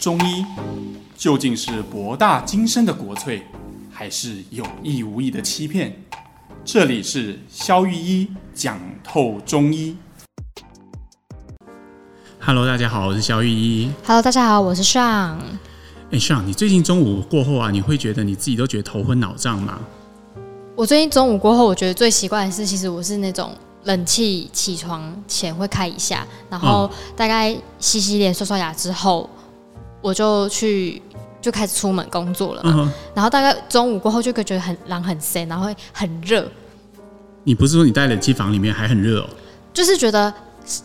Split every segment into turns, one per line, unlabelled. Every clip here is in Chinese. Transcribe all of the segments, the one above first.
中医究竟是博大精深的国粹，还是有意无意的欺骗？这里是肖玉一讲透中医。Hello，大家好，我是肖玉一。
Hello，大家好，我是尚。
哎，尚，你最近中午过后啊，你会觉得你自己都觉得头昏脑胀吗？
我最近中午过后，我觉得最奇怪的是，其实我是那种冷气起床前会开一下，
嗯
然后大概洗洗脸、刷刷牙之后，我就去就开始出门工作了嘛。
嗯，
然后大概中午过后就会觉得很狼很塞，然后会很热，
你不是说你待冷气房里面还很热哦？
就是觉得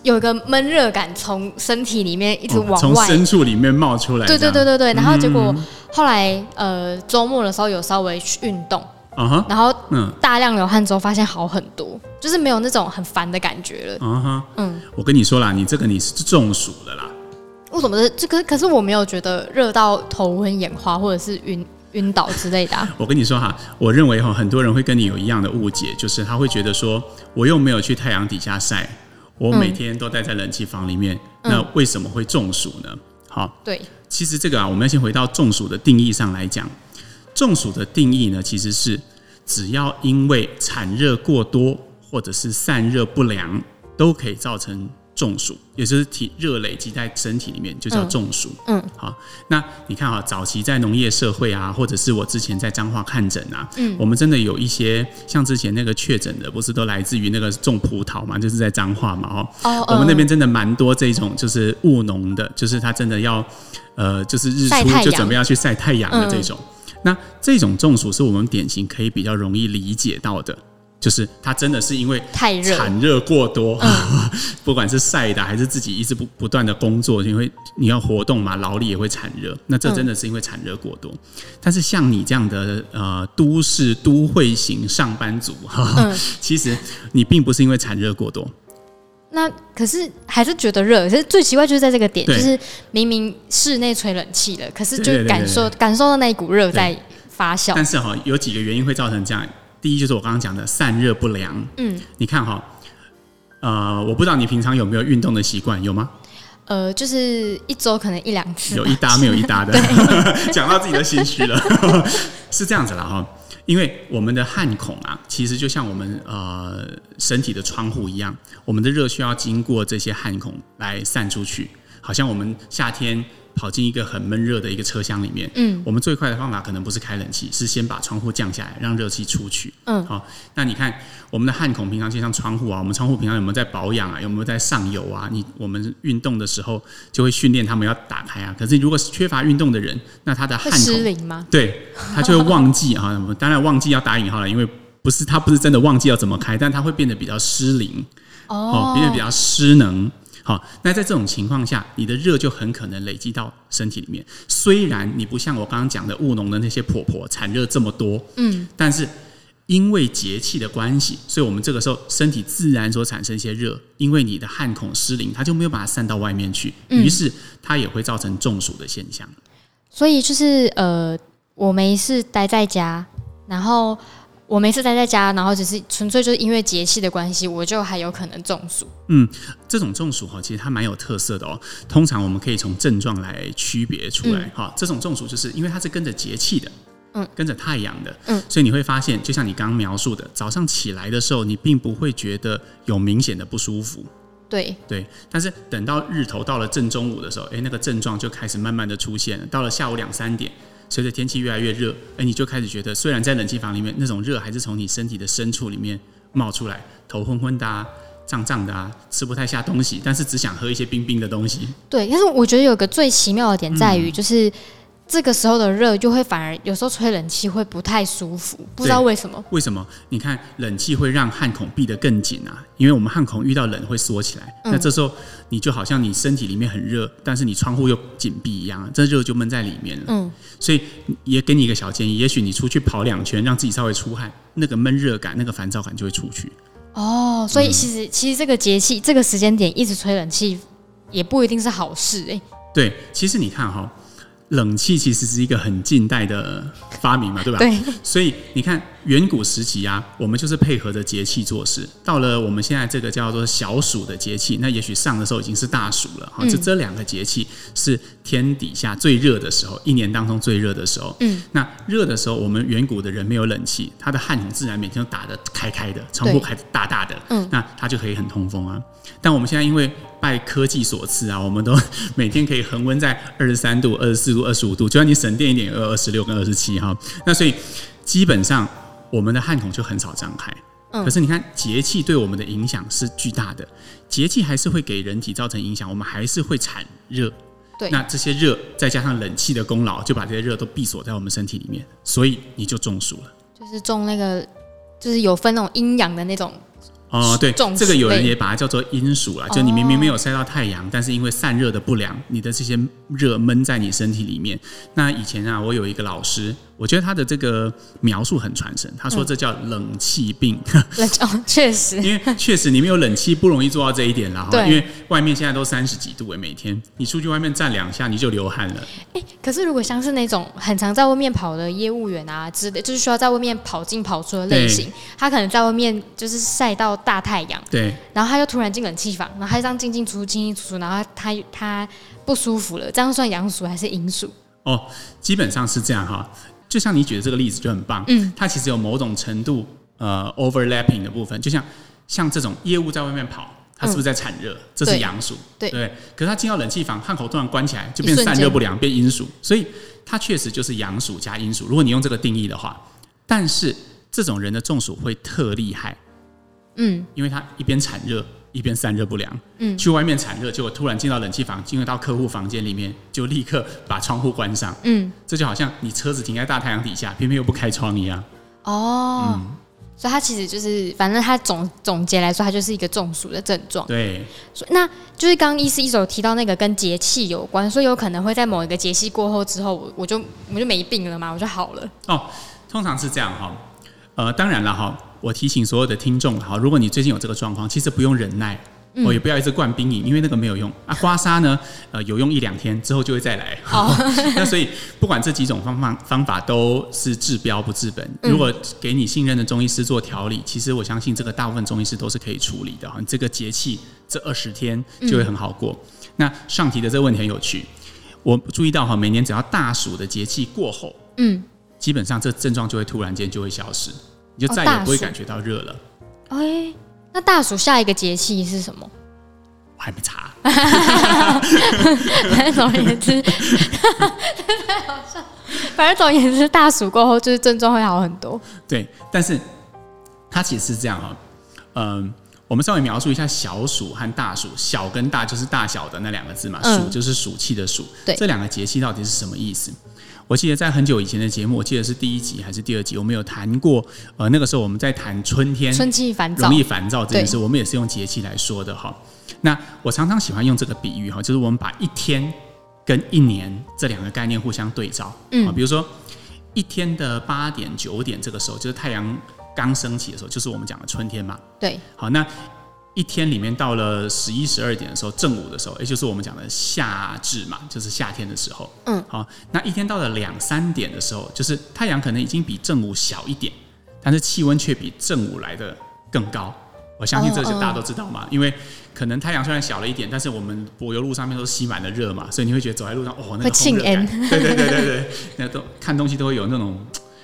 有一个闷热感从身体里面一直
哦
往
从
外。
深处里面冒出来。嗯
对对对
对。
对对，然后结果后来呃周末的时候有稍微去运动，
啊哈，
然后
嗯
大量流汗之后，发现好很多，就是没有那种很烦的感觉了。
啊哈，
嗯，
我跟你说啦，你这个你是中暑了啦。
为什么是这个？可是我没有觉得热到头昏眼花，或者是晕晕倒之类 的啊、
我跟你说哈，我认为哈，很多人会跟你有一样的误解，就是他会觉得说，我又没有去太阳底下晒，我每天都待在冷气房里面，那为什么会中暑呢？好，
对，
其实这个啊，我们要先回到中暑的定义上来讲。中暑的定义呢，其实是只要因为产热过多或者是散热不良，都可以造成中暑，也就是体热累积在身体里面，就叫中暑。
嗯，
好，那你看啊，早期在农业社会啊，或者是我之前在彰化看诊啊，嗯，我们真的有一些像之前那个确诊的，不是都来自于那个种葡萄嘛，就是在彰化嘛，哦，
哦
我们那
嗯
边真的蛮多这种就是务农的，就是他真的要呃，就是日
晒
出
太
就
阳嗯
准备要去晒太阳的这种。那这种中暑是我们典型可以比较容易理解到的，就是他真的是因为
太热，嗯
产热过多， 不管是晒的还是自己一直不不断的工作，因为你要活动嘛，劳力也会产热。那这真的是因为产热过
嗯
多。但是像你这样的呃都市都会型上班族，哈哈
嗯
其实你并不是因为产热过多，
那可是还是觉得热。可是最奇怪就是在这个点，就
对
是明明室内吹冷气了，可是就
对对对
感受感受到那一股热在发酵。
但是哈、有几个原因会造成这样。第一就是我刚刚讲的散热不良。
嗯，
你看哈、呃，我不知道你平常有没有运动的习惯，有吗？
呃，就是一周可能一两次吧，
有一搭没有一搭的， 讲到自己都心虚了。 是这样子啦哈、因为我们的汗孔啊，其实就像我们呃身体的窗户一样，我们的热需要经过这些汗孔来散出去。好像我们夏天跑进一个很闷热的一个车厢里面，
嗯，
我们最快的方法可能不是开冷气，是先把窗户降下来，让热气出去。
嗯
好、那你看我们的汗孔平常就像窗户啊，我们窗户平常有没有在保养啊？有没有在上油啊？你我们运动的时候就会训练他们要打开啊。可是如果是缺乏运动的人，那他的汗
会
孔
失灵吗？
对他就会忘记啊，我们当然忘记要打引号了，因为不是他不是真的忘记要怎么开，但他会变得比较失灵哦，变得比较失能。好，那在这种情况下，你的热就很可能累积到身体里面。虽然你不像我刚刚讲的务农的那些婆婆产热这么多，嗯，但是因为节气的关系，所以我们这个时候身体自然所产生一些热，因为你的汗孔失灵，它就没有把它散到外面去，于是它也会造成中暑的现象。
所以就是呃，我没事待在家，然后我没事待在家，然后只是纯粹就是因为节气的关系，我就还有可能中暑。
这种中暑哈，其实它蛮有特色的哦。通常我们可以从症状来区别出来哈、这种中暑就是因为它是跟着节气的，
嗯，
跟着太阳的，
嗯，
所以你会发现，就像你刚刚描述的，早上起来的时候，你并不会觉得有明显的不舒服，
对，
对。但是等到日头到了正中午的时候，哎，那个症状就开始慢慢的出现了。到了下午两三点。随着天气越来越热，哎，你就开始觉得，虽然在冷气房里面，那种热还是从你身体的深处里面冒出来，头昏昏的、啊、胀胀的啊，吃不太下东西，但是只想喝一些冰冰的东西。
对，但是我觉得有个最奇妙的点在于，就是这个时候的热就会反而有时候吹冷气会不太舒服，不知道为什么。
为什么？你看冷气会让汗孔闭得更紧啊，因为我们汗孔遇到冷会缩起来。那这时候你就好像你身体里面很热，但是你窗户又紧闭一样啊，这热就闷在里面了。
嗯，
所以也给你一个小建议，也许你出去跑两圈，让自己稍微出汗，那个闷热感、那个烦躁感就会出去。
哦，所以其实、其实这个节气这个时间点一直吹冷气也不一定是好事哎、
对，其实你看哈、冷气其实是一个很近代的发明嘛，对吧？
对，
所以你看，远古时期啊，我们就是配合着节气做事。到了我们现在这个叫做小暑的节气，那也许上的时候已经是大暑了哈。就这两个节气是天底下最热的时候，一年当中最热的时候。嗯，那热的时候，我们远古的人没有冷气，他的汗孔自然每天都打得开开的，窗户开得大大的，嗯，那他就可以很通风啊。但我们现在因为拜科技所赐啊，我们都 每天可以恒温在二十三度、二十四度、二十五度，就算你省电一点，二二十六跟二十七哈。那所以基本上我们的汗孔就很少张开。
嗯
可是你看节气对我们的影响是巨大的，节气还是会给人体造成影响，我们还是会产热。
对
那这些热再加上冷气的功劳，就把这些热都闭锁在我们身体里面，所以你就中暑了。
就是中那个，就是有分那种阴阳的那种，
哦，对
中，暑
这个有人
类
也把它叫做阴暑啦，啊就你明明没有晒到太阳，但是因为散热的不良，你的这些热闷在你身体里面。那以前啊，我有一个老师，我觉得他的这个描述很传神，他说这叫冷气病，
哦，确实，
因为确实你没有冷气不容易做到这一点啦，哈
对
因为外面现在都三十几度诶，每天你出去外面站两下你就流汗了。
哎、可是如果像是那种很常在外面跑的业务员啊之类，就是需要在外面跑进跑出的类型，他可能在外面就是晒到大太阳，
对，
然后他又突然进冷气房，然后他这样进进出出进进出出，然后他他他不舒服了，这样算阳暑还是阴暑？
哦，基本上是这样哈。就像你举的这个例子就很棒，嗯，它其实有某种程度呃 overlapping 的部分，就像像这种业务在外面跑，它是不是在产热？这是
对
阳暑，
嗯对
对。可是它进到冷气房，汗口突然关起来，就
一
变
瞬
散
间
热不良，变阴暑，所以它确实就是阳暑加阴暑。如果你用这个定义的话，但是这种人的中暑会特厉害，
嗯，
因为他一边产热一边散热不良，嗯，去外面产热，结果突然进到冷气房，进入到客户房间里面，就立刻把窗户关上，
嗯，
这就好像你车子停在大太阳底下，偏偏又不开窗啊一样，
哦，所以他其实就是，反正他总总结来说，他就是一个中暑的症状。
对，
所以那就是刚刚医师一手提到那个跟节气有关，所以有可能会在某一个节气过后之后，我我就我就没病了嘛，我就好了。
哦，通常是这样哈、呃，当然了哈、我提醒所有的听众哈、如果你最近有这个状况，其实不用忍耐。
嗯
哦，也不要一直灌冰饮，因为那个没有用啊。刮痧呢，呃，有用一两天之后就会再来。
哦
那所以不管这几种方方方法都是治标不治本。
嗯
如果给你信任的中医师做调理，其实我相信这个大部分中医师都是可以处理的哈。你这个节气这二十天
嗯
就会很好过。那上提的这个问题很有趣，我注意到哈，每年只要大暑的节气过后，
嗯，
基本上这症状就会突然间就会消失，你就
哦
再也
大
不会
暑
感觉到热了。
哎、那大暑下一个节气是什么？
我还没查，
总而言之，太好笑了。反正总而言之，大暑过后就是症状会好很多。
对，但是它其实是这样啊、嗯、我们稍微描述一下小暑和大暑，小跟大就是大小的那两个字嘛，
嗯
暑就是暑气的暑，
对
这两个节气到底是什么意思？我记得在很久以前的节目，我记得是第一集还是第二集，我们有谈过，呃，那个时候我们在谈春天，
春气烦躁
嗯容，易烦躁这件事，我们也是用节气来说的哈。那我常常喜欢用这个比喻哈，就是我们把一天跟一年这两个概念互相对照。
嗯
啊比如说一天的八点九点这个时候，就是太阳刚升起的时候，就是我们讲的春天嘛。
对，
好，那一天里面到了十一、十二点的时候，正午的时候，也就是我们讲的夏至嘛，就是夏天的时候。
嗯，
好，那一天到了两三点的时候，就是太阳可能已经比正午小一点，但是气温却比正午来的更高。我相信这些
哦哦
大家都知道嘛，因为可能太阳虽然小了一点，但是我们柏油路上面都吸满了热嘛，所以你会觉得走在路上，哦，那个
会
烘
沁
热感，对对对对对，那都看东西都会有那种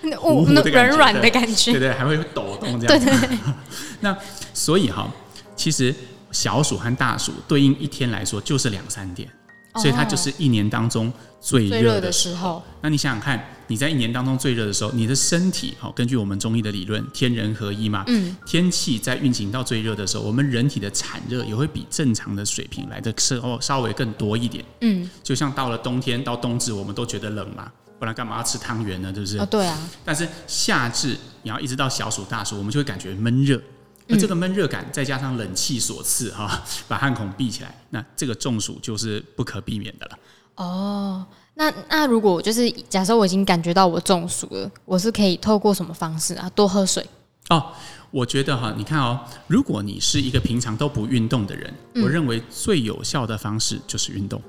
那
糊
雾
糊
嗯那
的感觉
软软的感觉
对。对，还会抖动这样。对对 那所以哈，其实小暑和大暑对应一天来说就是两三点，
哦
所以它就是一年当中最
最
热
热
的
的
时候。
时候，
那你想想看，你在一年当中最热的时候，你的身体好、根据我们中医的理论，天人合一嘛，
嗯，
天气在运行到最热的时候，我们人体的产热也会比正常的水平来的稍稍微更多一点。
嗯，
就像到了冬天到冬至，我们都觉得冷嘛，不然干嘛要吃汤圆呢？对不对？
哦，对啊，
但是夏至，你要一直到小暑、大暑，我们就会感觉闷热。那这个闷热感，再加上冷气所赐哈、 把汗孔闭起来，那这个中暑就是不可避免的了。
哦，那那如果就是假设我已经感觉到我中暑了，我是可以透过什么方式啊？多喝水，
哦，我觉得哈，你看哦，如果你是一个平常都不运动的人，我认为最有效的方式就是运动。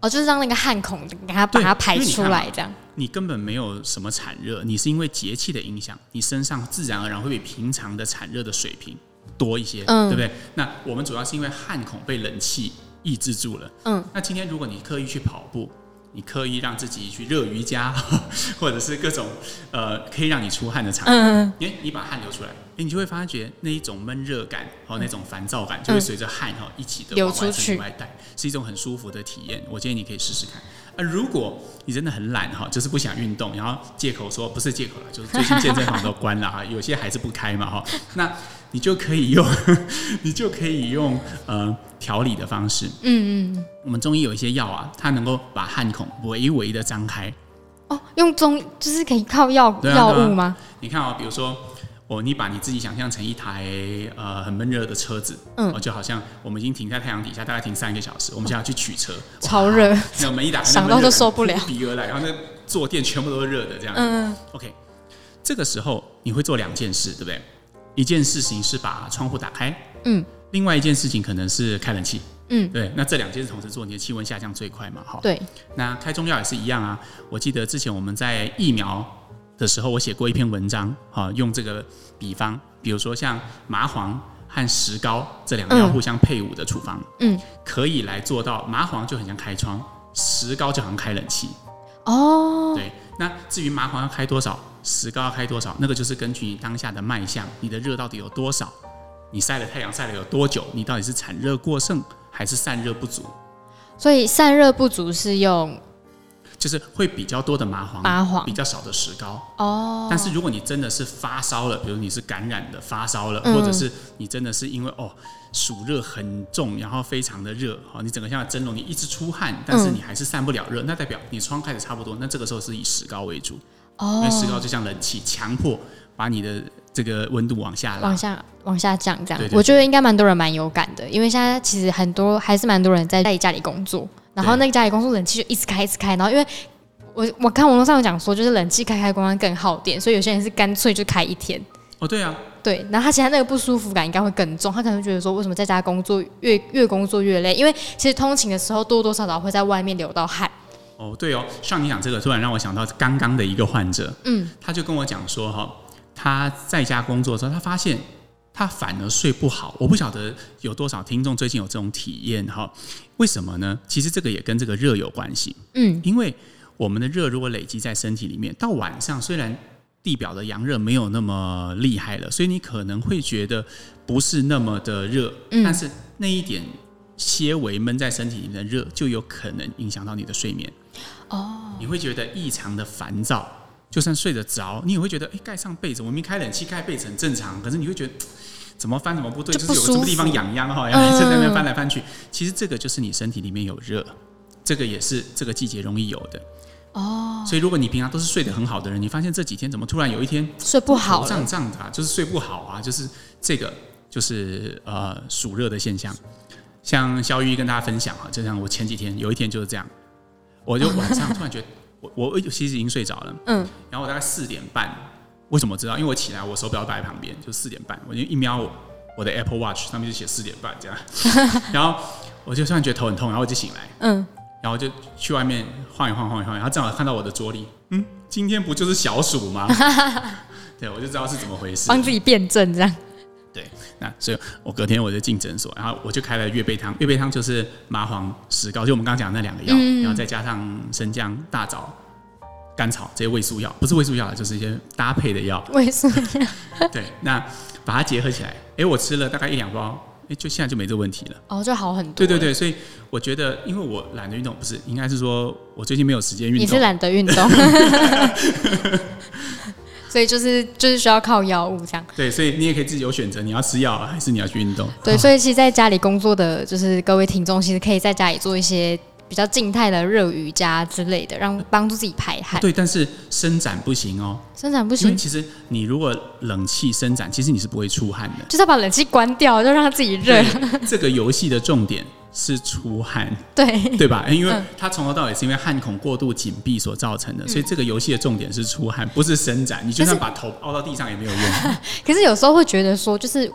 哦，就是让那个汗孔给它把
对
它排
因为你
出
看嘛
来，这样。
你根本没有什么产热，你是因为节气的影响，你身上自然而然会比平常的产热的水平多一些，
嗯
对不对？那我们主要是因为汗孔被冷气抑制住了。
嗯，
那今天如果你刻意去跑步，你刻意让自己去热瑜伽， 或者是各种呃可以让你出汗的场合，
嗯
因为你把汗流出来，诶你就会发觉那一种闷热感，还有那种烦躁感，就会随着汗哈一起的
嗯流
往外身
出去
体外带，是一种很舒服的体验。我建议你可以试试看。啊，如果你真的很懒哈，就是不想运动，然后借口说不是借口了，就是最近健身房都关了啊， 有些还是不开嘛哈，那你就可以用， 你就可以用呃调理的方式。
嗯嗯，
我们中医有一些药啊，它能够把汗孔微微的张开。
哦，用中就是可以靠药、
对啊
药
对啊
物吗？
你看啊、比如说哦，你把你自己想象成一台呃很闷热的车子，
嗯
哦，就好像我们已经停在太阳底下，大概停三个小时，我们现在要去取车，
超热，
那门一打开，
想
那
到
闷热
都受不了
扑鼻而来，然后那坐垫全部都是热的这样子。
嗯
OK，这个时候你会做两件事，对不对？一件事情是把窗户打开，
嗯，
另外一件事情可能是开冷气，
嗯，
对。那这两件事同时做，你的气温下降最快嘛，哈。
对，
那开中药也是一样啊。我记得之前我们在疫苗的时候，我写过一篇文章，哈、用这个比方，比如说像麻黄和石膏这两个药
嗯
互相配伍的处方，
嗯，
可以来做到麻黄就很像开窗，石膏就好像开冷气。
哦，
对，那至于麻黄要开多少，石膏要开多少，那个就是根据你当下的脉象，你的热到底有多少，你晒了太阳晒了有多久，你到底是产热过剩还是散热不足，
所以散热不足是用
就是会比较多的麻黄，
麻黄
比较少的石膏。
哦，
但是如果你真的是发烧了，比如你是感染的发烧了，
嗯
或者是你真的是因为哦暑热很重，然后非常的热，好、你整个像蒸笼，你一直出汗，但是
嗯
你还是散不了热，那代表你窗开的差不多，那这个时候是以石膏为主，因为石膏
哦，
就像冷气，强迫把你的这个温度往下拉
往。下往下降这样，
对对
我觉得应该蛮多人蛮有感的，因为现在其实很多还是蛮多人在在家里工作，然后
对
那个家里工作冷气就一直开一直开，然后因为。我我看网络上有讲说，就是冷气开开关关更耗电，所以有些人是干脆就开一天，
哦，对啊，
对，然后他其他那个不舒服感应该会更重，他可能会觉得说，为什么在家工作越越工作越累？因为其实通勤的时候多多少少会在外面流到汗。
哦对哦，像你讲这个，突然让我想到刚刚的一个患者，
嗯，
他就跟我讲说哈、他在家工作的时候，他发现他反而睡不好。我不晓得有多少听众最近有这种体验哈、为什么呢？其实这个也跟这个热有关系，
嗯，
因为我们的热如果累积在身体里面，到晚上虽然地表的阳热没有那么厉害了，所以你可能会觉得不是那么的热，
嗯
但是那一点。些微闷在身体里面的热，就有可能影响到你的睡眠。
哦，
你会觉得异常的烦躁，就算睡得着，你也会觉得，哎、盖上被子，我明明开冷气盖被子很正常，可是你会觉得嘖怎么翻怎么不对，
就
就
不
是有什
舒
么
服
地方痒痒哈，然后就在
嗯
那边翻来翻去。其实这个就是你身体里面有热，这个也是这个季节容易有的。哦，所以如果你平常都是睡得很好的人，你发现这几天怎么突然有一天
睡不好
头
了
胀。胀的、啊，就是睡不好啊，就是这个就是呃暑热的现象。像肖玉跟大家分享啊，就像我前几天有一天就是这样，我就晚上突然觉得我我我其实已经睡着了，
嗯，
然后我大概四点半，为什么知道？因为我起来，我手表摆在旁边，就四点半，我就一瞄我我的 Apple Watch 上面就写四点半 这样，然后我就突然觉得头很痛，然后我就醒来，
嗯，
然后就去外面晃一晃晃一晃，然后正好看到我的桌历，嗯，今天不就是小暑 吗？对，我就知道是怎么回事。
帮自己辩证这样。
对，那所以我隔天我就进诊所，然后我就开了月贝汤，月贝汤就是麻黄、石膏，就我们刚刚讲的那两个药，
嗯
然后再加上生姜、大枣、甘草这些味素药，不是味素药啦，就是一些搭配的药。
为什么？
对，那把它结合起来，诶，我吃了大概一两包，诶，就现在就没这问题了。
哦，就好很多。
对对，对，所以我觉得，因为我懒得运动，不是，应该是说我最近没有时间运
你
动
是。懒得运动， 所以就是就是需要靠药物这样。
对，所以你也可以自己有选择，你要吃药啊还是你要去运动？
对，所以其实在家里工作的，就是各位听众，其实可以在家里做一些比较静态的热瑜伽之类的，让帮助自己排汗。
哦对，但是伸展不行哦，
伸展不
因为
行，
其实你如果冷气伸展，其实你是不会出汗的。
就是要把冷气关掉，就让自己 热。
对，这个游戏的重点是出汗，
对，
对 吧？因为
嗯
它从头到尾是因为汗孔过度紧闭所造成的，所以这个游戏的重点是出汗，不是伸展。你就
但是
算把头凹到地上也没有用。
可是有时候会觉得说，就是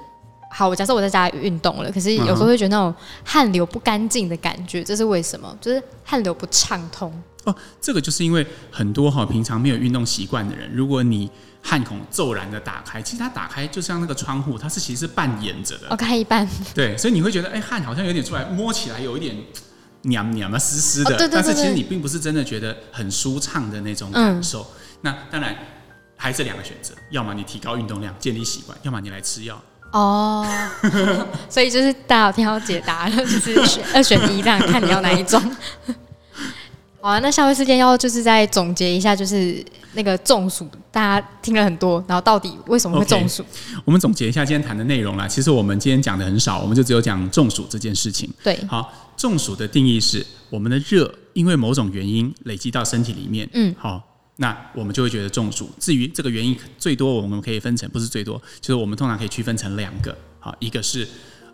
好，我假设我在家运动了，可是有时候会觉得那种汗流不干净的感觉，这是为什么？就是汗流不畅通。
哦，这个就是因为很多哈、平常没有运动习惯的人，如果你汗孔骤然的打开，其实它打开就像那个窗户，它是其实是半掩着的，
我哦看一半，
对，所以你会觉得哎、汗好像有点出来，摸起来有一点黏黏啊湿湿的，
哦对对对
但是
对嗯
其实你并不是真的觉得很舒畅的那种感受。那当然还是两个选择，要么你提高运动量，建立习惯，要么你来吃药。
哦，所以就是大家有听到解答了，就是 选二选一这样，看你要哪一种。 好啊，那下回事件要就是再总结一下，就是那个中暑，大家听了很多，然后到底为什么会
OK
中暑
我们总结一下今天谈的内容啦。其实我们今天讲的很少，我们就只有讲中暑这件事情。
对，
好，中暑的定义是我们的热因为某种原因累积到身体里面，
嗯，
好。那我们就会觉得中暑。至于这个原因，最多我们可以分成，不是最多，就是我们通常可以区分成两个。好，一个是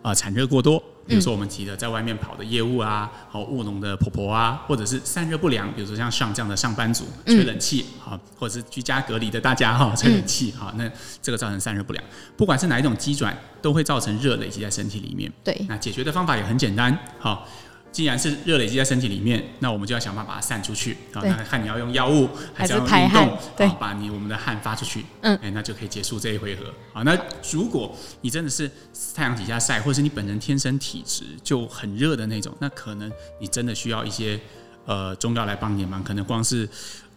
啊、呃产热过多，
嗯
比如说我们提的在外面跑的业务啊，好务农的婆婆啊，或者是散热不良，比如说像上这样的上班族
嗯
吹冷气，好、或者是居家隔离的大家哈吹冷气，好、那这个造成散热不良，不管是哪一种机转，都会造成热累积在身体里面。
对，
那解决的方法也很简单，好。既然是热累积在身体里面，那我们就要想办法把它散出去啊。
对
那看你要用药物还是要用
还是排
运
汗
动，
对
好把你我们的汗发出去，
嗯
哎、那就可以结束这一回合。好，那如果你真的是太阳底下晒，或是你本人天生体质就很热的那种，那可能你真的需要一些呃中药来帮你的忙，可能光是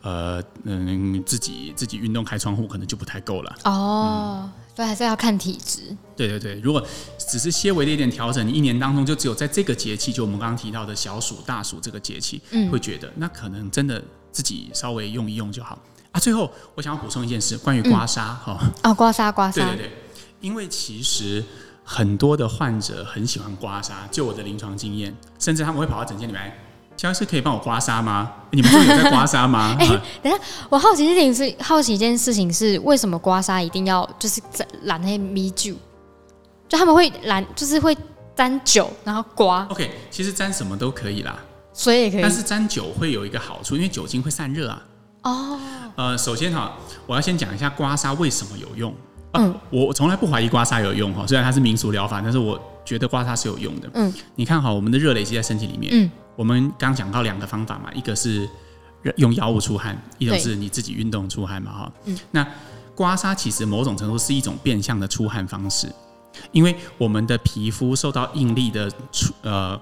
呃嗯自己自己运动开窗户可能就不太够了。
哦，所以还是要看体质，
对对对，如果只是些微的一点调整，你一年当中就只有在这个节气，就我们刚刚提到的小暑、大暑这个节气，
嗯
会觉得那可能真的自己稍微用一用就好啊。最后，我想要补充一件事，关于刮痧哈、
哦，刮痧刮
对
痧
对，对，因为其实很多的患者很喜欢刮痧，就我的临床经验，甚至他们会跑到诊间里面来，肖医师可以帮我刮痧吗？你们真的有在刮痧吗？啊
我好奇一点是，好奇一件事情是，为什么刮痧一定要就是染黑米酒？就他们会染，就是会沾酒，然后刮，
OK，其实沾什么都可以啦，
所以也可
但
以
是沾酒会有一个好处，因为酒精会散热啊。
哦。
呃，首先哈，我要先讲一下刮痧为什么有用。啊、
嗯
我从来不怀疑刮痧有用哈，虽然它是民俗疗法，但是我觉得刮痧是有用的。
嗯，
你看哈，我们的热累积在身体里面。
嗯，
我们刚讲到两个方法嘛，一个是热用药物出汗，一种是你自己运动出汗嘛哈。嗯，那刮痧其实某种程度是一种变相的出汗方式，因为我们的皮肤受到应力的出呃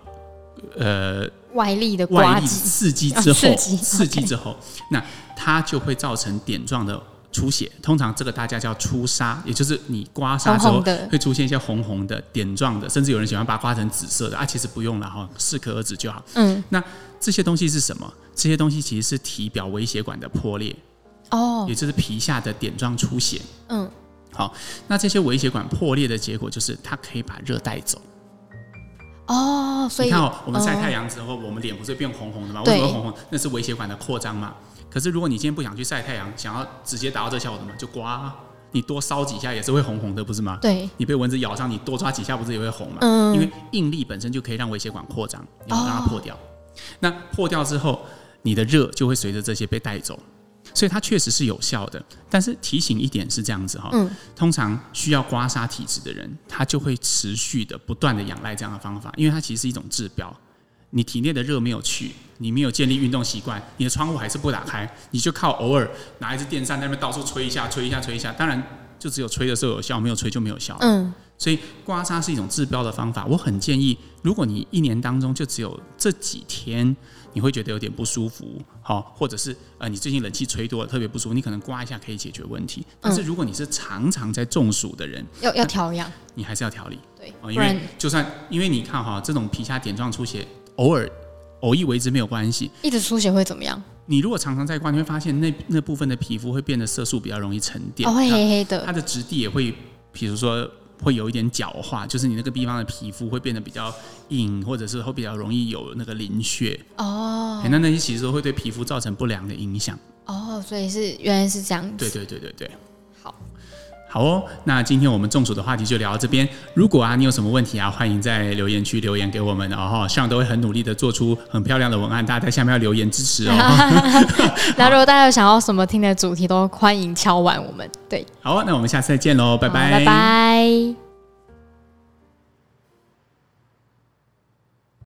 呃
外力的
外
刮
力
击，
刺激之后，
啊刺激
之后，那它就会造成点状的出血。通常这个大家叫出痧，也就是你刮痧之
红
后
红的
会出现一些红红的点状的，甚至有人喜欢把它刮成紫色的啊，其实不用了哈，适可而止就好。
嗯，
那这些东西是什么？这些东西其实是体表微血管的破裂，
哦，
也就是皮下的点状出血。
嗯，
好，那这些微血管破裂的结果就是它可以把热带走。
哦，所以
你看哦，我们晒
嗯
太阳之后，我们脸不是变红红的吗？为
对
什么会红红？那是微血管的扩张嘛。可是如果你今天不想去晒太阳，想要直接达到这效果的嘛，就刮、啊，你多烧几下也是会红红的，不是吗？
对，
你被蚊子咬上，你多抓几下不是也会红嘛？
嗯哦
因为应力本身就可以让微血管扩张，你要让它破掉。那破掉之后，你的热就会随着这些被带走，所以它确实是有效的。但是提醒一点是这样子哈、
嗯
通常需要刮痧体质的人，他就会持续的不断的仰赖这样的方法，因为它其实是一种治标。你体内的热没有去，你没有建立运动习惯，你的窗户还是不打开，你就靠偶尔拿一支电扇在那边到处吹一下、吹一下、吹一下。当然，就只有吹的时候有效，没有吹就没有效。
嗯，
所以刮痧是一种治标的方法。我很建议，如果你一年当中就只有这几天你会觉得有点不舒服，好，或者是呃你最近冷气吹多了特别不舒服，你可能刮一下可以解决问题。但
嗯
是如果你是常常在中暑的人，
要要调养，
你还是要调理
对，
哦，
不
因
然
为就算因为你看哈，这种皮下点状出血偶尔偶一为之没有关系，
一直出血会怎么样？
你如果常常在刮，你会发现那那部分的皮肤会变得色素比较容易沉淀，
哦，会
那
黑黑
它
的，
的质地也会，比如说会有一点角化，就是你那个地方的皮肤会变得比较硬，或者是会比较容易有那个鳞屑、
哦
哎那那些其实都会对皮肤造成不良的影响。
哦，所以是原来是这样
对对
子，
对对对。
好，
好哦，那今天我们中暑的话题就聊到这边。如果啊，你有什么问题啊，欢迎在留言区留言给我们哦。哈，上都会很努力的做出很漂亮的文案，大家在下面要留言支持 哦。
那如果大家有想要什么听的主题，都欢迎敲完我们，对，
哦好，那我们下次再见喽，拜
好拜拜。